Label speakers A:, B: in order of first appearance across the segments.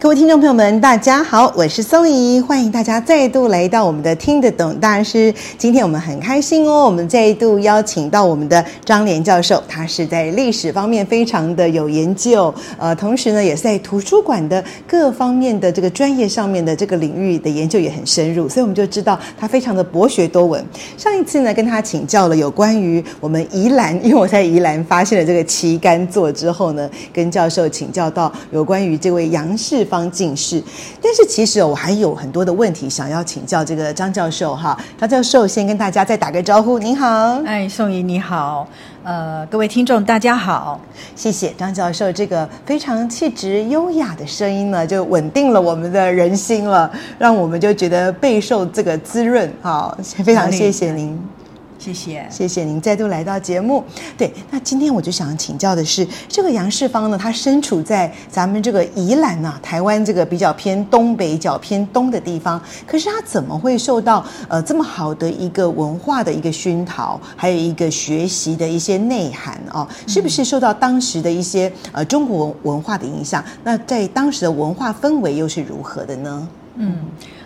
A: 各位听众朋友们，大家好，我是宋怡，欢迎大家再度来到我们的听得懂大师。今天我们很开心哦，我们再度邀请到我们的张连教授，他是在历史方面非常的有研究，呃，同时呢，也是在图书馆的各方面的这个专业上面的这个领域的研究也很深入，所以我们就知道他非常的博学多闻。上一次呢，跟他请教了有关于我们宜兰， 因为我在宜兰发现了这个旗杆座之后呢，跟教授请教到有关于这位杨氏。方近视，但是其实我还有很多的问题想要请教这个张教授哈。张教授先跟大家再打个招呼，您好，
B: 哎，宋怡你好，呃，各位听众大家好，
A: 谢谢张教授这个非常气质优雅的声音呢，就稳定了我们的人心了，让我们就觉得备受这个滋润哈。非常谢谢您。
B: 谢谢，
A: 谢谢您再度来到节目。对，那今天我就想请教的是，这个杨世芳呢，他身处在咱们这个宜兰呐、啊，台湾这个比较偏东北角偏东的地方，可是他怎么会受到呃这么好的一个文化的一个熏陶，还有一个学习的一些内涵哦？是不是受到当时的一些呃中国文化的影响？那在当时的文化氛围又是如何的呢？
B: 嗯，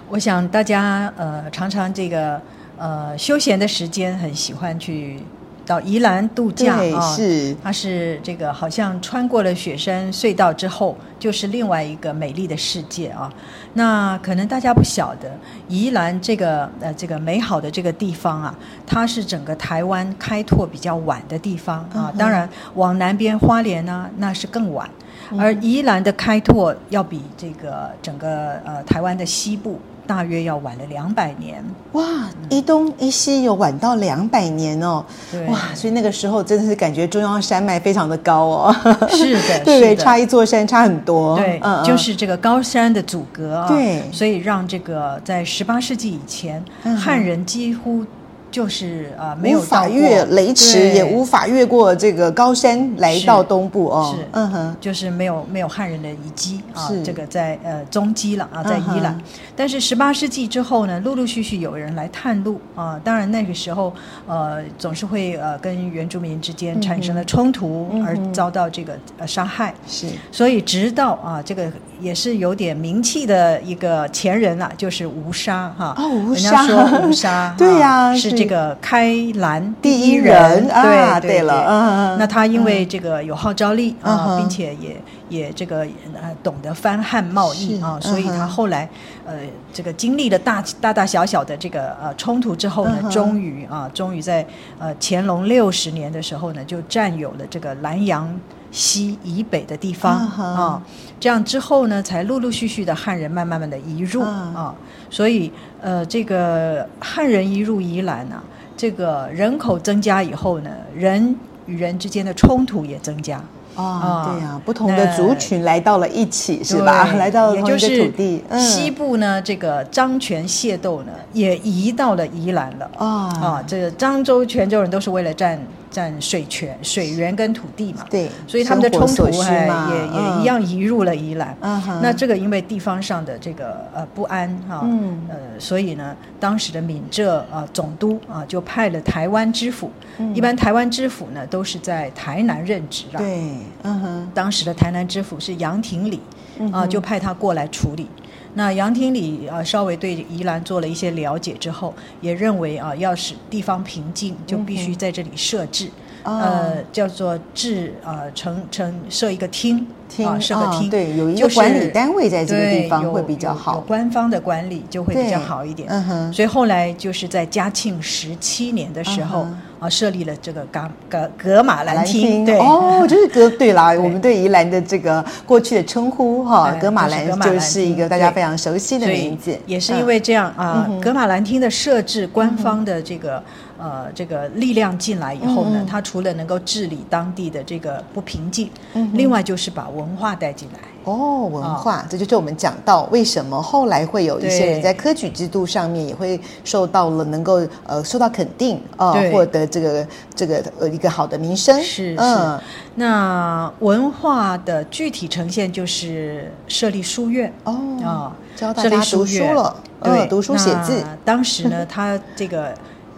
B: 我想大家呃常常这个。呃，休闲的时间很喜欢去到宜兰度假啊、哦，
A: 是，
B: 它是这个好像穿过了雪山隧道之后，就是另外一个美丽的世界啊、哦。那可能大家不晓得，宜兰这个呃这个美好的这个地方啊，它是整个台湾开拓比较晚的地方啊。嗯、当然，往南边花莲呢、啊，那是更晚。
A: 嗯
B: 而宜兰的开拓要比这个整个呃台湾的西部。大约要晚了两百年，
A: 哇！一东一西有晚到两百年哦，哇！所以那个时候真的是感觉中央山脉非常的高 哦，
B: 是的，
A: 对对，差一座山差很多，
B: 对，嗯、就是这个高山的阻隔啊、哦，
A: 哦对，
B: 所以让这个在十八世纪以前，嗯、汉人几乎。就是啊、呃，没有
A: 法越雷池，也无法越过这个高山来到东部哦。
B: 是，嗯哼，就是没有没有汉人的遗迹啊，这个在呃中基了啊，在伊朗。嗯、但是十八世纪之后呢，陆陆续续有人来探路啊。当然那个时候呃，总是会呃跟原住民之间产生了冲突，嗯、而遭到这个呃杀害。
A: 是，
B: 所以直到啊这个也是有点名气的一个前人啊，就是吴沙哈。啊、
A: 哦，吴沙，
B: 人家说吴 沙，
A: 对呀、啊，
B: 是。这个开兰
A: 第一人，啊
B: 对
A: 对了，嗯，
B: 那他因为这个有号召力啊，并且也也这个呃懂得翻汉贸易啊，所以
A: 嗯
B: 他后来呃这个经历了大大大小小的这个呃冲突之后呢，终于啊，终于在呃乾隆六十年的时候呢，就占有了这个南洋西以北的地方啊，这样之后呢，才陆陆续续的汉人慢慢慢的移入啊，所以。呃，这个汉人移入宜兰啊，这个人口增加以后呢，人与人之间的冲突也增加。
A: 啊，对呀，不同的族群来到了一起，是吧？ 来到同一个土地。嗯
B: 西部呢，这个漳泉械斗呢，也移到了宜兰了。
A: 哦
B: 啊啊，这个漳州、泉州人都是为了占占水权、水源跟土地嘛。
A: 对，
B: 所以他们的冲突还也也
A: 嗯
B: 一样移入了宜兰。那这个因为地方上的这个呃不安哈，
A: 嗯
B: 呃，所以呢，当时的闽浙啊总督啊就派了台湾知府。一般台湾知府呢都是在台南任职
A: 啊。嗯对。
B: 嗯哼，当时的台南知府是杨廷礼，
A: 嗯
B: 啊、呃，就派他过来处理。那杨廷礼啊、呃，稍微对宜兰做了一些了解之后，也认为啊、呃，要使地方平静，就必须在这里设置，嗯、呃，叫做置啊，成成设一个厅。
A: 啊，
B: 设个厅，
A: 对，有一个管理单位在这个地方会比较好，
B: 有官方的管理就会比较好一点。
A: 嗯哼，
B: 所以后来就是在嘉庆十七年的时
A: 嗯
B: 候啊，设立了这个噶噶噶马兰厅。对，
A: 哦，就是格对 啦，我们对宜兰的这个过去的称呼
B: 嗯
A: 哈，格马兰就是一个大家非常熟悉的名字。嗯
B: 也是因为这样啊，格马兰厅的设置，官方的这个呃这个力量进来以后
A: 嗯
B: 呢
A: 嗯，
B: 它除了能够治理当地的这个不平静，
A: 嗯
B: 另外就是把文化带进来。
A: 哦，文化，这就是我们讲到为什么后来会有一些人
B: 嗯对
A: 在科举制度上面也会受到了能够呃受到肯定呃
B: 对
A: 获得这个这个呃一个好的名声，
B: 是
A: 嗯
B: 那文化的具体呈现就是设立书院。
A: 哦
B: 啊
A: 教大
B: 设
A: 家
B: 立
A: 读书
B: 院
A: 了，
B: 对，
A: 呃读书写字，。
B: 当时呢，他 这个。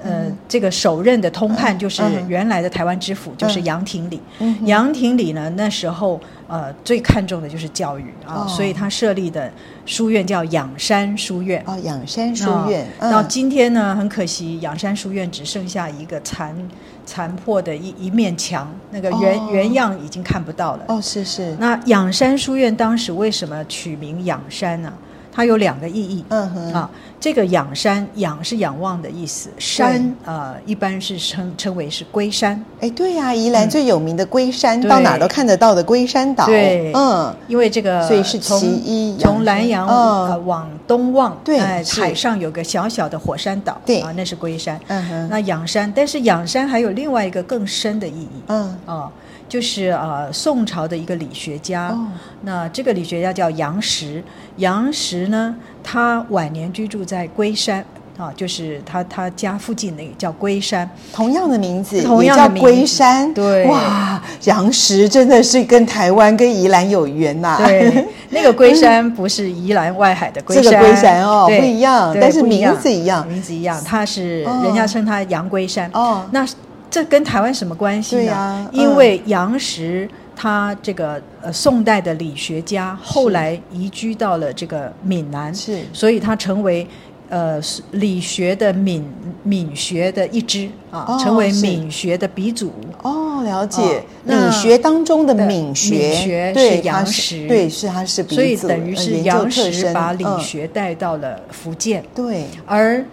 B: 呃，这个首任的通判就是
A: 嗯
B: 原来的台湾知府，就是
A: 嗯
B: 杨廷礼。
A: 嗯哼
B: 杨廷礼呢，那时候呃最看重的就是教育啊，
A: 哦
B: 所以他设立的书院叫仰山书院。
A: 哦，仰山书
B: 啊
A: 院，
B: 到
A: 嗯
B: 今天呢，很可惜，仰山书院只剩下一个残残破的一一面墙，那个原、
A: 哦
B: 原样已经看不到了。
A: 哦是是，
B: 那仰山书院当时为什么取名仰山呢？它有两个意义。
A: 嗯哼，
B: 啊，这个仰山，仰是仰望的意思，山呃一般是称称为是龟山，
A: 哎对呀，宜兰
B: 嗯
A: 最有名的龟山，到哪
B: 对
A: 都看得到的龟山岛，
B: 嗯对
A: 嗯。
B: 因为这个
A: 所以是
B: 从
A: 其一仰
B: 从
A: 山
B: 南洋、
A: 哦
B: 呃往东望，
A: 对
B: 哎
A: 是
B: 海上有个小小的火山岛，
A: 对
B: 啊，那是龟山。
A: 嗯哼，
B: 那仰山，但是仰山还有另外一个更深的意义
A: 嗯，
B: 啊、就是呃宋朝的一个理学家，
A: 哦，
B: 那这个理学家叫杨时，杨时呢，他晚年居住在龟山啊，就是他他家附近那个叫龟山。
A: 同样的名字，
B: 同
A: 也
B: 样
A: 叫
B: 的名
A: 龟
B: 字
A: 山，
B: 对
A: 哇，杨石真的是跟台湾跟宜兰有缘呐、
B: 对，那个龟山不是宜兰外海的龟
A: 这
B: 山，
A: 个龟山哦
B: 对
A: 不一样
B: 对
A: 但是
B: 不一样
A: 名字一样
B: 名字一样，它是、
A: 哦
B: 人家称它洋龟山。
A: 哦，
B: 那这跟台湾什么关系
A: 对
B: 呢？
A: 呀嗯
B: 因为杨时他这个呃宋代的理学家，后来移居到了这个闽南，
A: 是
B: 所以他成为。呃，理学的闽闽学的一支啊，
A: 哦
B: 成为
A: 是
B: 闽学的鼻祖。
A: 哦，了
B: 哦
A: 解。
B: 那
A: 闽学当中的
B: 对
A: 闽学，
B: 闽学
A: 对
B: 是
A: 它
B: 杨
A: 是
B: 时
A: 对，是它是鼻祖，
B: 所以等于
A: 呃
B: 是
A: 研究
B: 杨
A: 特
B: 时
A: 深
B: 把理
A: 嗯
B: 学带到了福建，
A: 对，
B: 而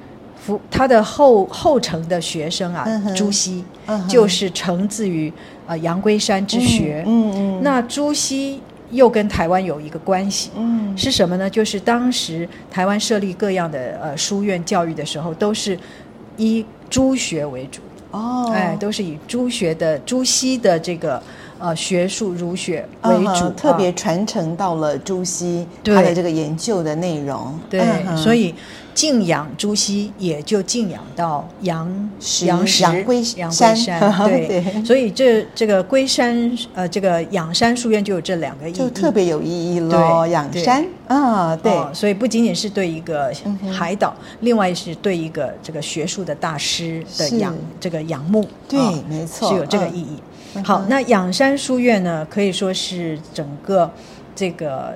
B: 福他的后后程的学生啊
A: 嗯哼，
B: 朱熹
A: 嗯哼
B: 就是承自于呃杨圭山之学。
A: 嗯嗯，
B: 那朱熹又跟台湾有一个关系。
A: 嗯
B: 是什么呢？就是当时台湾设立各样的呃书院教育的时候，都是以朱学为主，
A: 哦，
B: 哎，都是以朱学的朱熹的这个呃学术儒学为
A: 嗯
B: 主，
A: 哼特
B: 啊
A: 别传承到了朱熹
B: 对
A: 他的这个研究的内容，
B: 对，
A: 嗯哼
B: 所以敬仰朱熹也就敬仰到杨
A: 石
B: 杨石
A: 杨圭
B: 杨
A: 山
B: 圭山对，
A: 对
B: 所以这这个龟山呃这个仰山书院就有这两个意义，
A: 就特别有意义喽。
B: 嗯对
A: 仰
B: 对
A: 山啊，对，
B: 哦嗯所以不仅仅是对一个海岛，另外是对一个这个学术的大师的
A: 是
B: 仰这个仰慕，
A: 对
B: 啊
A: 没错
B: 是有这个
A: 嗯
B: 意义。
A: 嗯
B: 好
A: 哼，
B: 那仰山书院呢，可以说是整个这个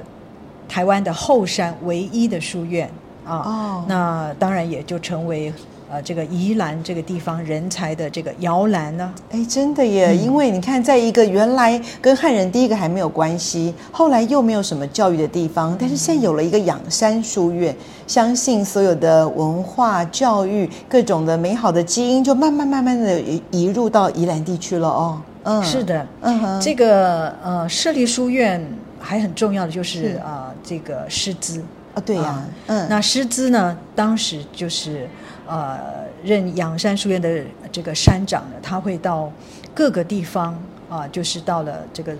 B: 台湾的后山唯一的书院啊。
A: 哦
B: 那当然也就成为呃这个宜兰这个地方人才的这个摇篮呢、
A: 哎，真的耶！
B: 嗯
A: 因为你看，在一个原来跟汉人第一个还没有关系，后来又没有什么教育的地方，
B: 嗯
A: 但是现在有了一个仰山书院，相信所有的文化、教育各种的美好的基因，就慢慢慢慢的移入到宜兰地区了哦。嗯，
B: 是，的，
A: 嗯哼，
B: 这个呃设立书院还很重要的就是是啊、这个师资。
A: 啊，对呀、
B: 啊
A: 嗯，
B: 那师资呢，当时就是呃，任仰山书院的这个山长呢，他会到各个地方啊、就是到了这个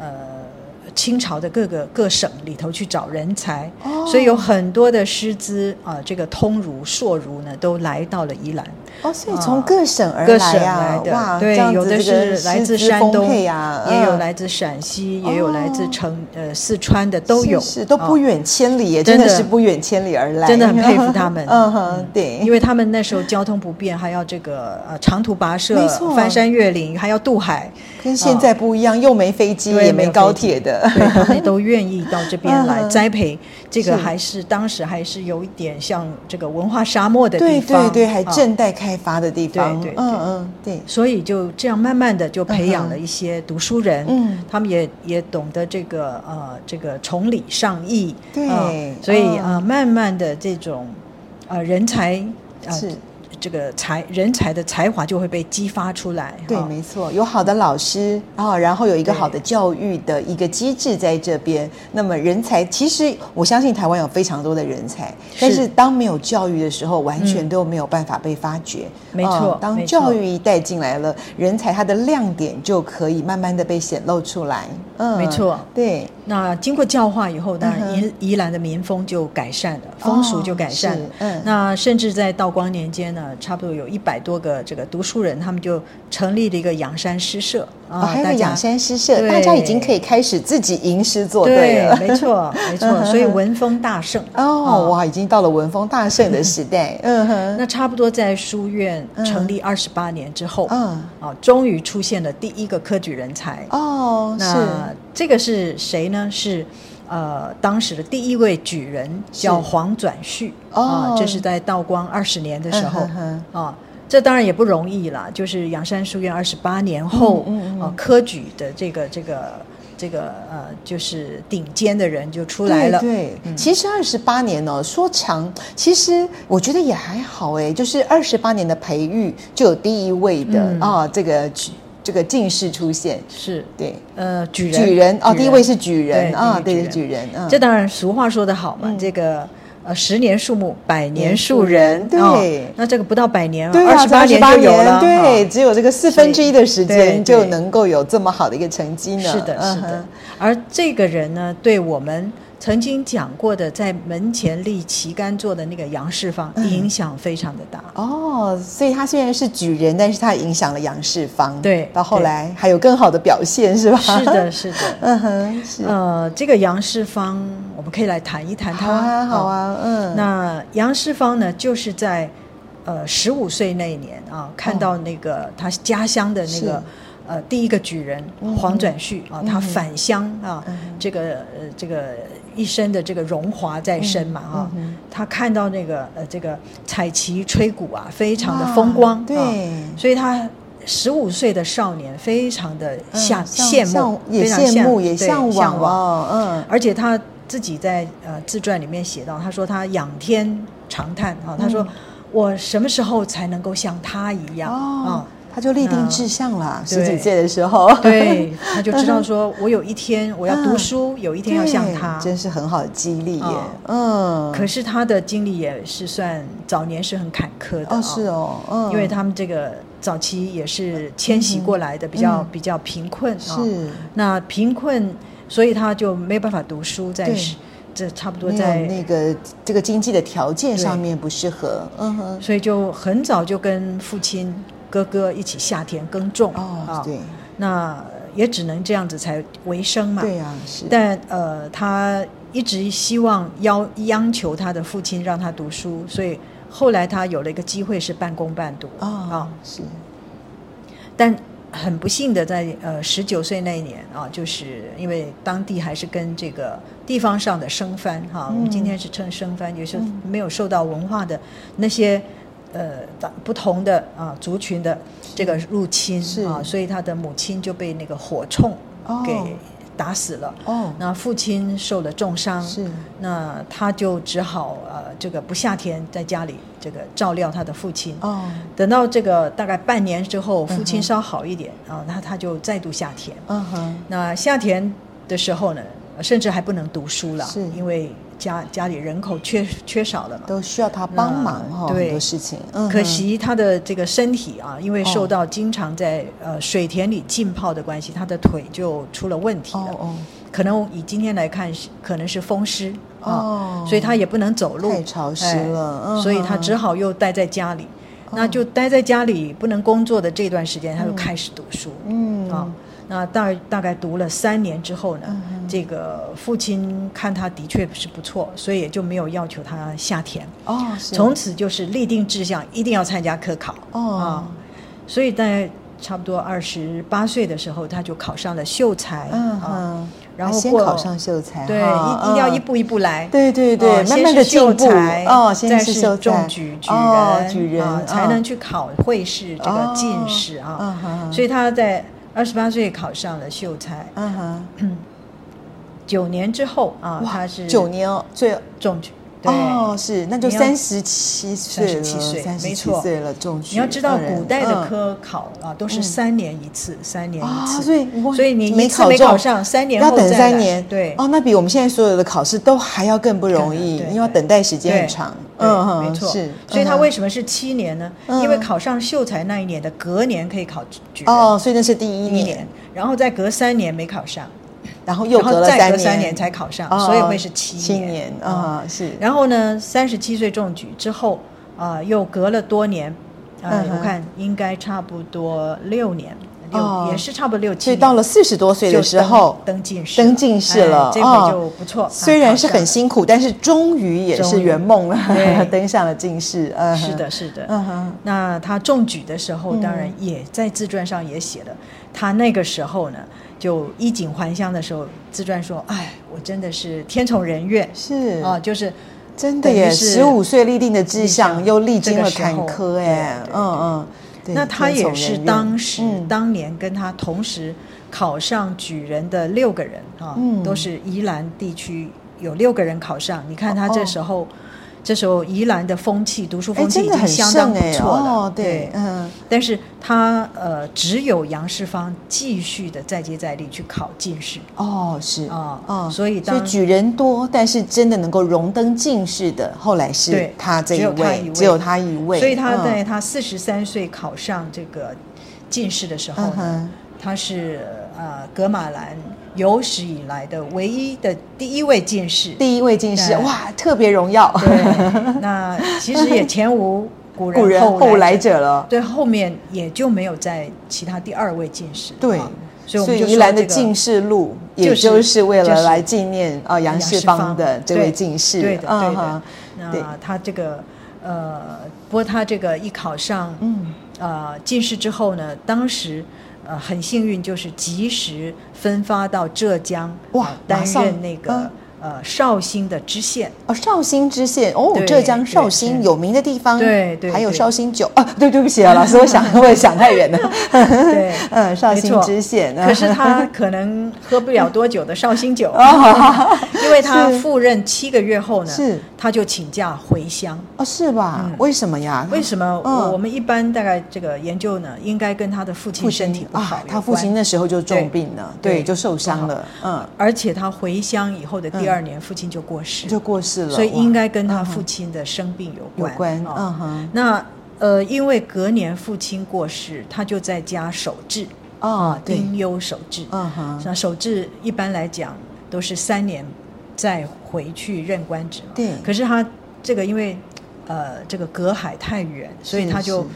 B: 呃清朝的各个各省里头去找人才，
A: 哦
B: 所以有很多的师资啊、这个通儒、硕儒呢，都来到了宜兰。
A: 哦，所以从各省而
B: 啊各省
A: 来
B: 来
A: 啊，哇，
B: 的，
A: 这样
B: 对，
A: 子
B: 有的
A: 这个
B: 是来
A: 师
B: 自
A: 资
B: 山
A: 丰
B: 东，
A: 沛呀，
B: 也有
A: 嗯
B: 来自陕西，也
A: 哦
B: 有来自成呃四川的都
A: 是
B: 有，
A: 是都
B: 啊
A: 不远千里耶，
B: 真的
A: 的是不远千里而来，
B: 真的 很佩服他们
A: 嗯哼，对，
B: 因为他们那时候交通不便，还要这个呃长途跋涉
A: 没错，
B: 翻山越岭，还要渡海，
A: 跟现在不一样，又没飞机，
B: 对
A: 也
B: 没
A: 没
B: 有
A: 高
B: 飞机
A: 铁的。
B: 对他 们都愿意到这边
A: 嗯
B: 来
A: 哼
B: 栽培。这
A: 是
B: 个还是当时还是有一点像这个文化沙漠的地
A: 对
B: 方，
A: 对对，还
B: 啊
A: 正待开发的地方，
B: 对对对
A: 嗯嗯，对，
B: 所以就这样慢慢的就培
A: 嗯
B: 养
A: 哼
B: 了一些读书人，
A: 嗯
B: 他们也也懂得这个呃这个崇礼尚义，
A: 对
B: 啊所以
A: 嗯
B: 啊、呃慢慢的这种呃人才啊、呃
A: 是
B: 这个才人才的才华就会被激发出来。
A: 对，
B: 哈
A: 没错，有好的老师啊、然后有一个好的教育的一个机制在这边。那么人才，其实我相信台湾有非常多的人才，但是当没有教育的时候，完全都没有办法被发掘。
B: 嗯没错
A: 啊当
B: 没错
A: 教育一带进来了，人才它的亮点就可以慢慢的被显露出来。嗯
B: 没错
A: 对，
B: 那经过教化以后，当
A: 嗯
B: 然
A: 哼
B: 宜宜兰的民风就改善了，风俗就改善了
A: 哦。是嗯
B: 那甚至在道光年间呢，差不多有一百多个这个读书人，他们就成立了一个养山诗社啊
A: 哦，还有
B: 大
A: 个
B: 家
A: 养山诗社，
B: 对
A: 大家已经可以开始自己吟诗作哦对
B: 对
A: 了，。嗯
B: 没错，没错，所以文风大盛。
A: 哦，哇，已经到了文风大盛的时代。嗯哼，
B: 那差不多在书院成立二十八年之后，
A: 嗯
B: 啊，终于出现了第一个科举人才。
A: 哦，
B: 那
A: 是
B: 这个是谁呢？是呃，当时的第一位举人叫
A: 是
B: 黄转绪
A: 哦
B: 啊，这是在道光二十年的时候
A: 嗯哼
B: 啊。这当然也不容易啦，就是阳山书院二十八年后，
A: 嗯嗯嗯
B: 啊，科举的这个这个这个呃，就是顶尖的人就出来了。
A: 对，对
B: 嗯
A: 其实二十八年哦，说长，其实我觉得也还好哎，就是二十八年的培育就有第一位的啊、
B: 嗯
A: 这个这个进士出现，
B: 是
A: 对，
B: 呃，举人
A: 举人哦，第一位是举人
B: 对
A: 啊，
B: 第
A: 对，
B: 一位
A: 是
B: 举
A: 举人，嗯，
B: 这当然，俗话说得好嘛，这个呃，十年树木，百年树人。
A: 对
B: 哦那这个不到百年啊，
A: 对啊，
B: 二十八
A: 年
B: 年就有了。
A: 对，
B: 哦
A: 只有这个四分之一的时
B: 对
A: 间
B: 对
A: 就能够有这么好的一个成绩呢。
B: 是的，
A: 嗯
B: 是的
A: 哼。。
B: 而这个人呢，对我们曾经讲过的在门前立旗杆做的那个杨世芳，
A: 嗯
B: 影响非常的 大。
A: 哦，所以他虽然是举人，但是他影响了杨世芳，
B: 对
A: 到后来还有更好的表现，是吧？
B: 是的，，是的。
A: 嗯哼，是，
B: 呃，这个杨世芳，我们可以来谈一谈他。
A: 好啊，
B: 哦
A: 好啊，嗯，
B: 那杨世芳呢，就是在呃十五岁那一年啊，看到那个他家乡的
A: 哦
B: 那
A: 是嗯
B: 个呃第一个举人黄转绪啊，他返乡啊，这个呃这个一身的这个荣华在身嘛啊，
A: 嗯
B: 他看到那个呃这个彩旗吹鼓啊，非常的风光
A: 哇
B: 啊，
A: 对
B: 所以他。十五岁的少年非常的
A: 嗯
B: 向
A: 像
B: 羡慕
A: 像，也
B: 非常
A: 羡慕，也
B: 对
A: 向往哦，嗯，
B: 而且他自己在呃自传里面写到，他说他仰天长叹啊，他
A: 嗯
B: 说、我什么时候才能够像他一样
A: 哦
B: 啊？，
A: 他就立定
B: 那
A: 志向了，十
B: 对
A: 几岁的时候，
B: 啊 对，他就知道说，我有一天我要读书，有一
A: 嗯 对，
B: 天要像他。
A: 真是很好的激励耶
B: 哦，
A: 嗯，
B: 可是他的经历也是算早年是很坎坷的啊
A: 哦是哦，嗯，
B: 因为他们这个早期也是迁徙过来的，比较比较贫困啊。
A: 嗯是
B: 那贫困，所以他就没有办法读书，在
A: 对
B: 是这差不多
A: 没
B: 在
A: 有那个这个经济的条件
B: 对
A: 上面不适合，嗯哼，
B: 所以就很早就跟父亲、哥哥一起下田耕种啊
A: 哦，对，
B: 那也只能这样子才为生嘛。
A: 对啊，是，
B: 但呃，他一直希望要央求他的父亲让他读书，所以后来他有了一个机会是半工半读啊、
A: 哦，是，
B: 但很不幸的在，呃十九岁那一年啊，就是因为当地还是跟这个地方上的生番哈、
A: 嗯
B: 我们今天是称生番，也是没有受到文化的那些呃不同的啊族群的这个入侵
A: 是
B: 啊，所以他的母亲就被那个火铳
A: 哦
B: 给打死了。
A: 哦，
B: 那父亲受了重伤，
A: 是
B: 那他就只好呃，这个不夏天在家里这个照料他的父亲，
A: 哦，
B: 等到这个大概半年之后，父亲稍好一点啊，那他就再度下田。
A: 嗯哼，
B: 那下田的时候呢，甚至还不能读书了
A: 是，
B: 因为家家里人口缺缺少了嘛。
A: 都需要他帮忙哈，
B: 对
A: 很多事情，嗯哼，
B: 可惜他的这个身体啊，因为
A: 哦
B: 受到经常在呃水田里浸泡的关系，他的腿就出了问题
A: 哦
B: 了。
A: 哦，
B: 可能以今天来看，是可能是风湿
A: 哦
B: 啊，所以他也不能走路，
A: 太潮湿
B: 哎
A: 了嗯
B: 所以他只好又待在家里。那就待在家里不能工作的这段时间，他就开始读书，
A: 嗯
B: 啊，那大大概读了三年之后呢，
A: 嗯
B: 这个父亲看他的确是不错，所以也就没有要求他下田，
A: 哦，是
B: 从此就是立定志向，一定要参加科考
A: 哦
B: 啊，所以在差不多二十八岁的时候，他就考上了秀才
A: 嗯
B: 啊。
A: 哼，
B: 然
A: 还
B: 后
A: 先
B: 过
A: 考上秀才，
B: 对，
A: 哈
B: 一一定要
A: 嗯
B: 一步一步来。
A: 对对对
B: 哦
A: 慢慢地
B: 先是秀
A: 进步
B: 才
A: 哦先
B: 再
A: 是
B: 是
A: 秀才
B: 中举举人，
A: 哦
B: 啊
A: 举人
B: 才
A: 嗯
B: 能去考会试这
A: 哦
B: 个进士
A: 嗯
B: 啊。
A: 哼，
B: 所以他在二十八岁考上了秀才，
A: 嗯哼，
B: 九年之后啊，他是
A: 九年哦，最
B: 中举，对
A: 哦，是，那就
B: 你要
A: 三十七岁了，
B: 37岁
A: 三十
B: 没
A: 七
B: 错
A: 岁了，中举。
B: 你要知道，古代的
A: 科
B: 科考啊，都是三年一次，三年一
A: 嗯啊，
B: 次，
A: 所以哇
B: 所以你一次
A: 考
B: 没
A: 中
B: 考上，三年
A: 要
B: 后
A: 等
B: 再
A: 三
B: 来
A: 年，
B: 对，
A: 哦，那比我们现在所有的考试都还要更不容易，
B: 对对
A: 因为等待时间很
B: 对
A: 长。
B: 对
A: 嗯，
B: 没错，
A: 是，
B: 所以
A: 嗯
B: 他
A: 哼
B: 为什么是七年呢？
A: 嗯
B: 因为考上秀才那一年的隔年可以考举举人
A: 哦，所以那是第一
B: 第一
A: 年
B: 年，，然后再隔三年没考上，
A: 然后又
B: 然
A: 隔
B: 后
A: 了
B: 再
A: 三
B: 隔
A: 年，
B: 三年才考上，
A: 哦
B: 所以会是七
A: 七
B: 年嗯
A: 年啊，是，
B: 然后呢，三十七岁中举之后啊、又隔了多年，呃
A: 嗯，哼
B: 我看应该差不多六年，六、
A: 哦
B: 也是差不多六七
A: 所以
B: 年。
A: 到了四十多岁
B: 就
A: 的时候，
B: 登登进士了，
A: 登进士了，
B: 哎这
A: 哦
B: 回就不错。啊
A: 虽然是
B: 考上
A: 很
B: 了
A: 辛苦，但是终于也
B: 终
A: 是
B: 于
A: 圆梦了，
B: 对
A: 登上了进士。嗯哼
B: 是的，，是的。
A: 嗯哼，
B: 那他中举的时候，
A: 嗯
B: 当然也在自传上也写了，他那个时候呢，就衣锦还乡的时候，自传说：“哎，我真的是天从人愿
A: 是
B: 啊，就是
A: 真的耶！
B: 等于是
A: 十五岁立定的志
B: 立
A: 向，
B: 项
A: 又历经
B: 这
A: 了
B: 个时
A: 坎
B: 候
A: 坷，哎，
B: 对对对
A: 嗯嗯。对
B: 那他也是当时、
A: 嗯
B: 当年跟他同时考上举人的六个人啊，
A: 嗯
B: 都是宜兰地区有六个人考上。你看他
A: 哦
B: 这时候，这时候宜兰的风气，读书
A: 哎，
B: 风气
A: 真
B: 已
A: 的
B: 经
A: 很
B: 相
A: 盛
B: 当不
A: 哎，
B: 错了。
A: 哦，对，嗯，
B: 但是他呃，只有杨世芳继续的再接再厉去考进士。
A: 哦，是
B: 啊
A: 嗯
B: 所
A: 所以
B: 以当
A: 举人多，但是真的能够荣登进士的，后来是
B: 对
A: 他这
B: 只
A: 一
B: 有他
A: 位
B: 一，位
A: 只有他一位，
B: 所以他
A: 嗯
B: 在他四十三岁考上这个进士的时候
A: 嗯
B: 呢，
A: 哼，
B: 他是呃格马兰有史以来的唯一的第一位进士。
A: 第一位进士，
B: 对
A: 哇，特别荣耀，
B: 对，那其实也前无古 人
A: 古人后
B: 后
A: 来
B: 来
A: 者了。
B: 对，后面也就没有在其他第二位进士。
A: 对
B: 啊，所以我
A: 所
B: 们就
A: 以
B: 说
A: 宜兰的
B: 这个
A: 进士路，
B: 就
A: 也
B: 是
A: 就是为
B: 就
A: 了
B: 是
A: 来纪念啊杨
B: 杨
A: 世
B: 世
A: 芳
B: 芳
A: 的这
B: 对
A: 位进士，
B: 对的，对
A: 嗯
B: 的
A: 哼。对
B: 那他这个呃，不过他这个一考上
A: 嗯，
B: 呃进士之后呢，当时呃很幸运，就是及时分发到浙江
A: 哇
B: 呃
A: 马
B: 担
A: 上
B: 任那个、
A: 嗯
B: 呃绍兴的知县。
A: 哦，绍兴知县哦，
B: 对
A: 浙江绍
B: 对
A: 兴
B: 对
A: 有名的地方，
B: 对对
A: 还有
B: 对
A: 绍兴酒啊，对，对不起啊，老师，我 想我也想太远了，
B: 对
A: 嗯，绍
B: 没
A: 兴
B: 错
A: 知县，嗯
B: 可是他可能喝 不了多久的绍兴酒，因为他
A: 哦是
B: 赴任七个月后呢，
A: 是
B: 他就请假回乡。
A: 哦，是吧？
B: 嗯
A: 为什么呀？
B: 为什么
A: 嗯
B: 我我们一般大概这个研究呢，应该跟他的父亲身体不好
A: 啊
B: 有，
A: 他父亲
B: 关
A: 那时候就重
B: 对
A: 病了，
B: 对
A: 对，就受伤
B: 不
A: 了，嗯，
B: 而且他回乡以后的第二年，父亲就过世，
A: 就过世了，
B: 所以
A: 哇
B: 应该跟他父亲的生病有
A: 有
B: 关。
A: 关，
B: 哦
A: 嗯哼，
B: 那呃，因为隔年父亲过世，他就在家守制
A: 哦，对，
B: 丁忧守制。
A: 嗯哼，
B: 那守制一般来讲都是三年再回去任官职嘛。
A: 对
B: 可是他这个因为呃这个隔海太远，所以
A: 是
B: 他就是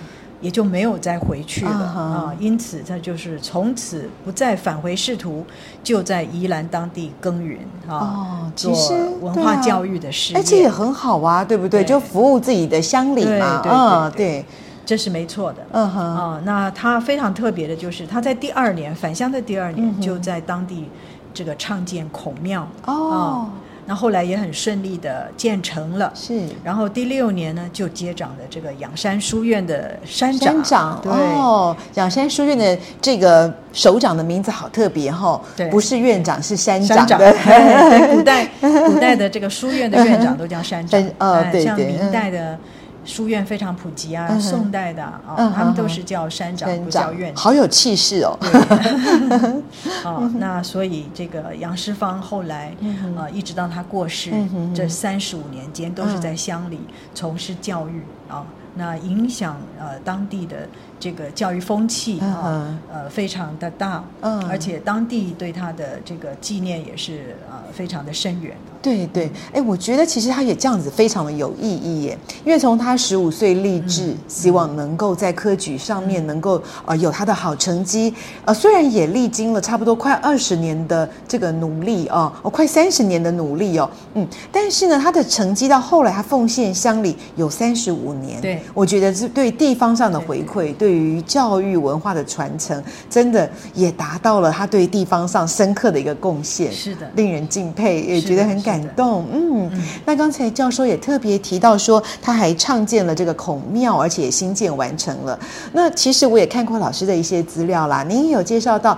B: 也就没有再回去了
A: 啊哈
B: 啊、因此他就是从此不再返回仕途，就在宜兰当地耕耘啊，
A: 哦，其
B: 做
A: 实
B: 文化
A: 育。对啊
B: 教育的事业。
A: 哎，这也很好啊，对不对？
B: 对
A: 就服务自己的乡里嘛，
B: 对对
A: 嗯，
B: 对
A: 对，
B: 这是没错的。
A: 嗯哼，
B: 啊、那他非常特别的就是，他在第二年返乡的第二
A: 嗯
B: 年，
A: 哼
B: 就在当地这个创建孔庙。
A: 哦，
B: 啊那后来也很顺利的建成了。
A: 是
B: 然后第六年呢，就接掌了这个仰山书院的山长。
A: 山长
B: 对、
A: 哦，仰山书院的这个首长的名字好特别哈
B: 对，
A: 不是院长是山
B: 山
A: 长
B: 长。
A: 的，
B: 对对古代古代的这个书院的院长都叫 山长
A: 山。呃
B: 哎
A: 对
B: 像
A: 对
B: 明代的书院非常普及啊，
A: 嗯哼
B: 宋代的啊、
A: 嗯
B: 他们都
A: 哼
B: 是叫山长，
A: 山
B: 不
A: 长
B: 叫院长。
A: 好有气势哦， 嗯
B: 哦，那所以这个杨世芳后来呃，一直到他过世
A: 嗯哼哼嗯
B: 这三十五年间，都是在乡里从事教育啊，那影响呃当地的这个教育风气
A: 嗯
B: 啊
A: 哼，
B: 呃非常的大，
A: 嗯
B: 而且当地对他的这个纪念也是呃非常的深远。
A: 对对，哎，我觉得其实他也这样子非常的有意义耶，因为从他十五岁立志，
B: 嗯
A: 希望能够在科举上面能够呃有他的好成绩，呃，虽然也历经了差不多快二十年的这个努力哦，哦，快三十年的努力哦，嗯，但是呢，他的成绩到后来他奉献乡里有三十五年，
B: 对
A: 我觉得是对地方上的
B: 对
A: 回馈，对于教育文化的传承，真的也达到了他对地方上深刻的一个贡献，
B: 是的
A: 令人敬佩，也
B: 是
A: 觉得
B: 的
A: 很
B: 是
A: 感
B: 的
A: 动。动，嗯，那刚才教授也特别提到说，他还创建了这个孔庙，而且也新建完成了。那其实我也看过老师的一些资料啦，您也有介绍到，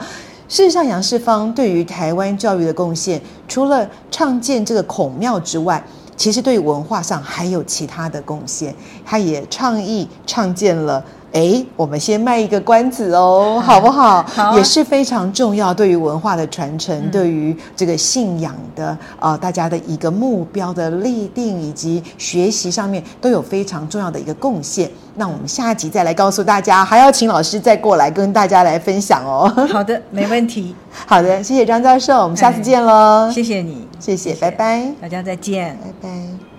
A: 事实上杨世芳对于台湾教育的贡献，除了创建这个孔庙之外，其实对文化上还有其他的贡献。他也倡议创建了。哎，我们先卖一个关子哦，好不好？
B: 好啊
A: 也是非常重要，对于文化的传承，对于这个信仰的啊、呃大家的一个目标的立定以及学习上面都有非常重要的一个贡献。那我们下一集再来告诉大家，还要请老师再过来跟大家来分享哦。
B: 好的，没问题，
A: 好的，谢谢张教授，我们下次
B: 哎
A: 见喽。
B: 谢谢你，
A: 嗯谢谢，拜拜，
B: 大家再见。
A: 拜拜。